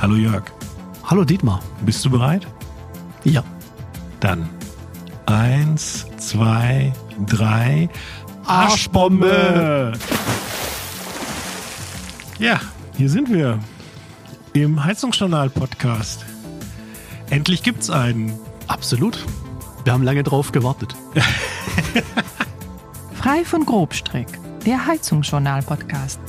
Hallo Jörg, Hallo Dietmar. bist du bereit? Ja. Dann. Eins, zwei, drei. Arschbombe! Ja, hier sind wir. Im Heizungsjournal-Podcast. Endlich gibt's einen. Absolut. Wir haben lange drauf gewartet. Frei von Grobstreck, der Heizungsjournal-Podcast.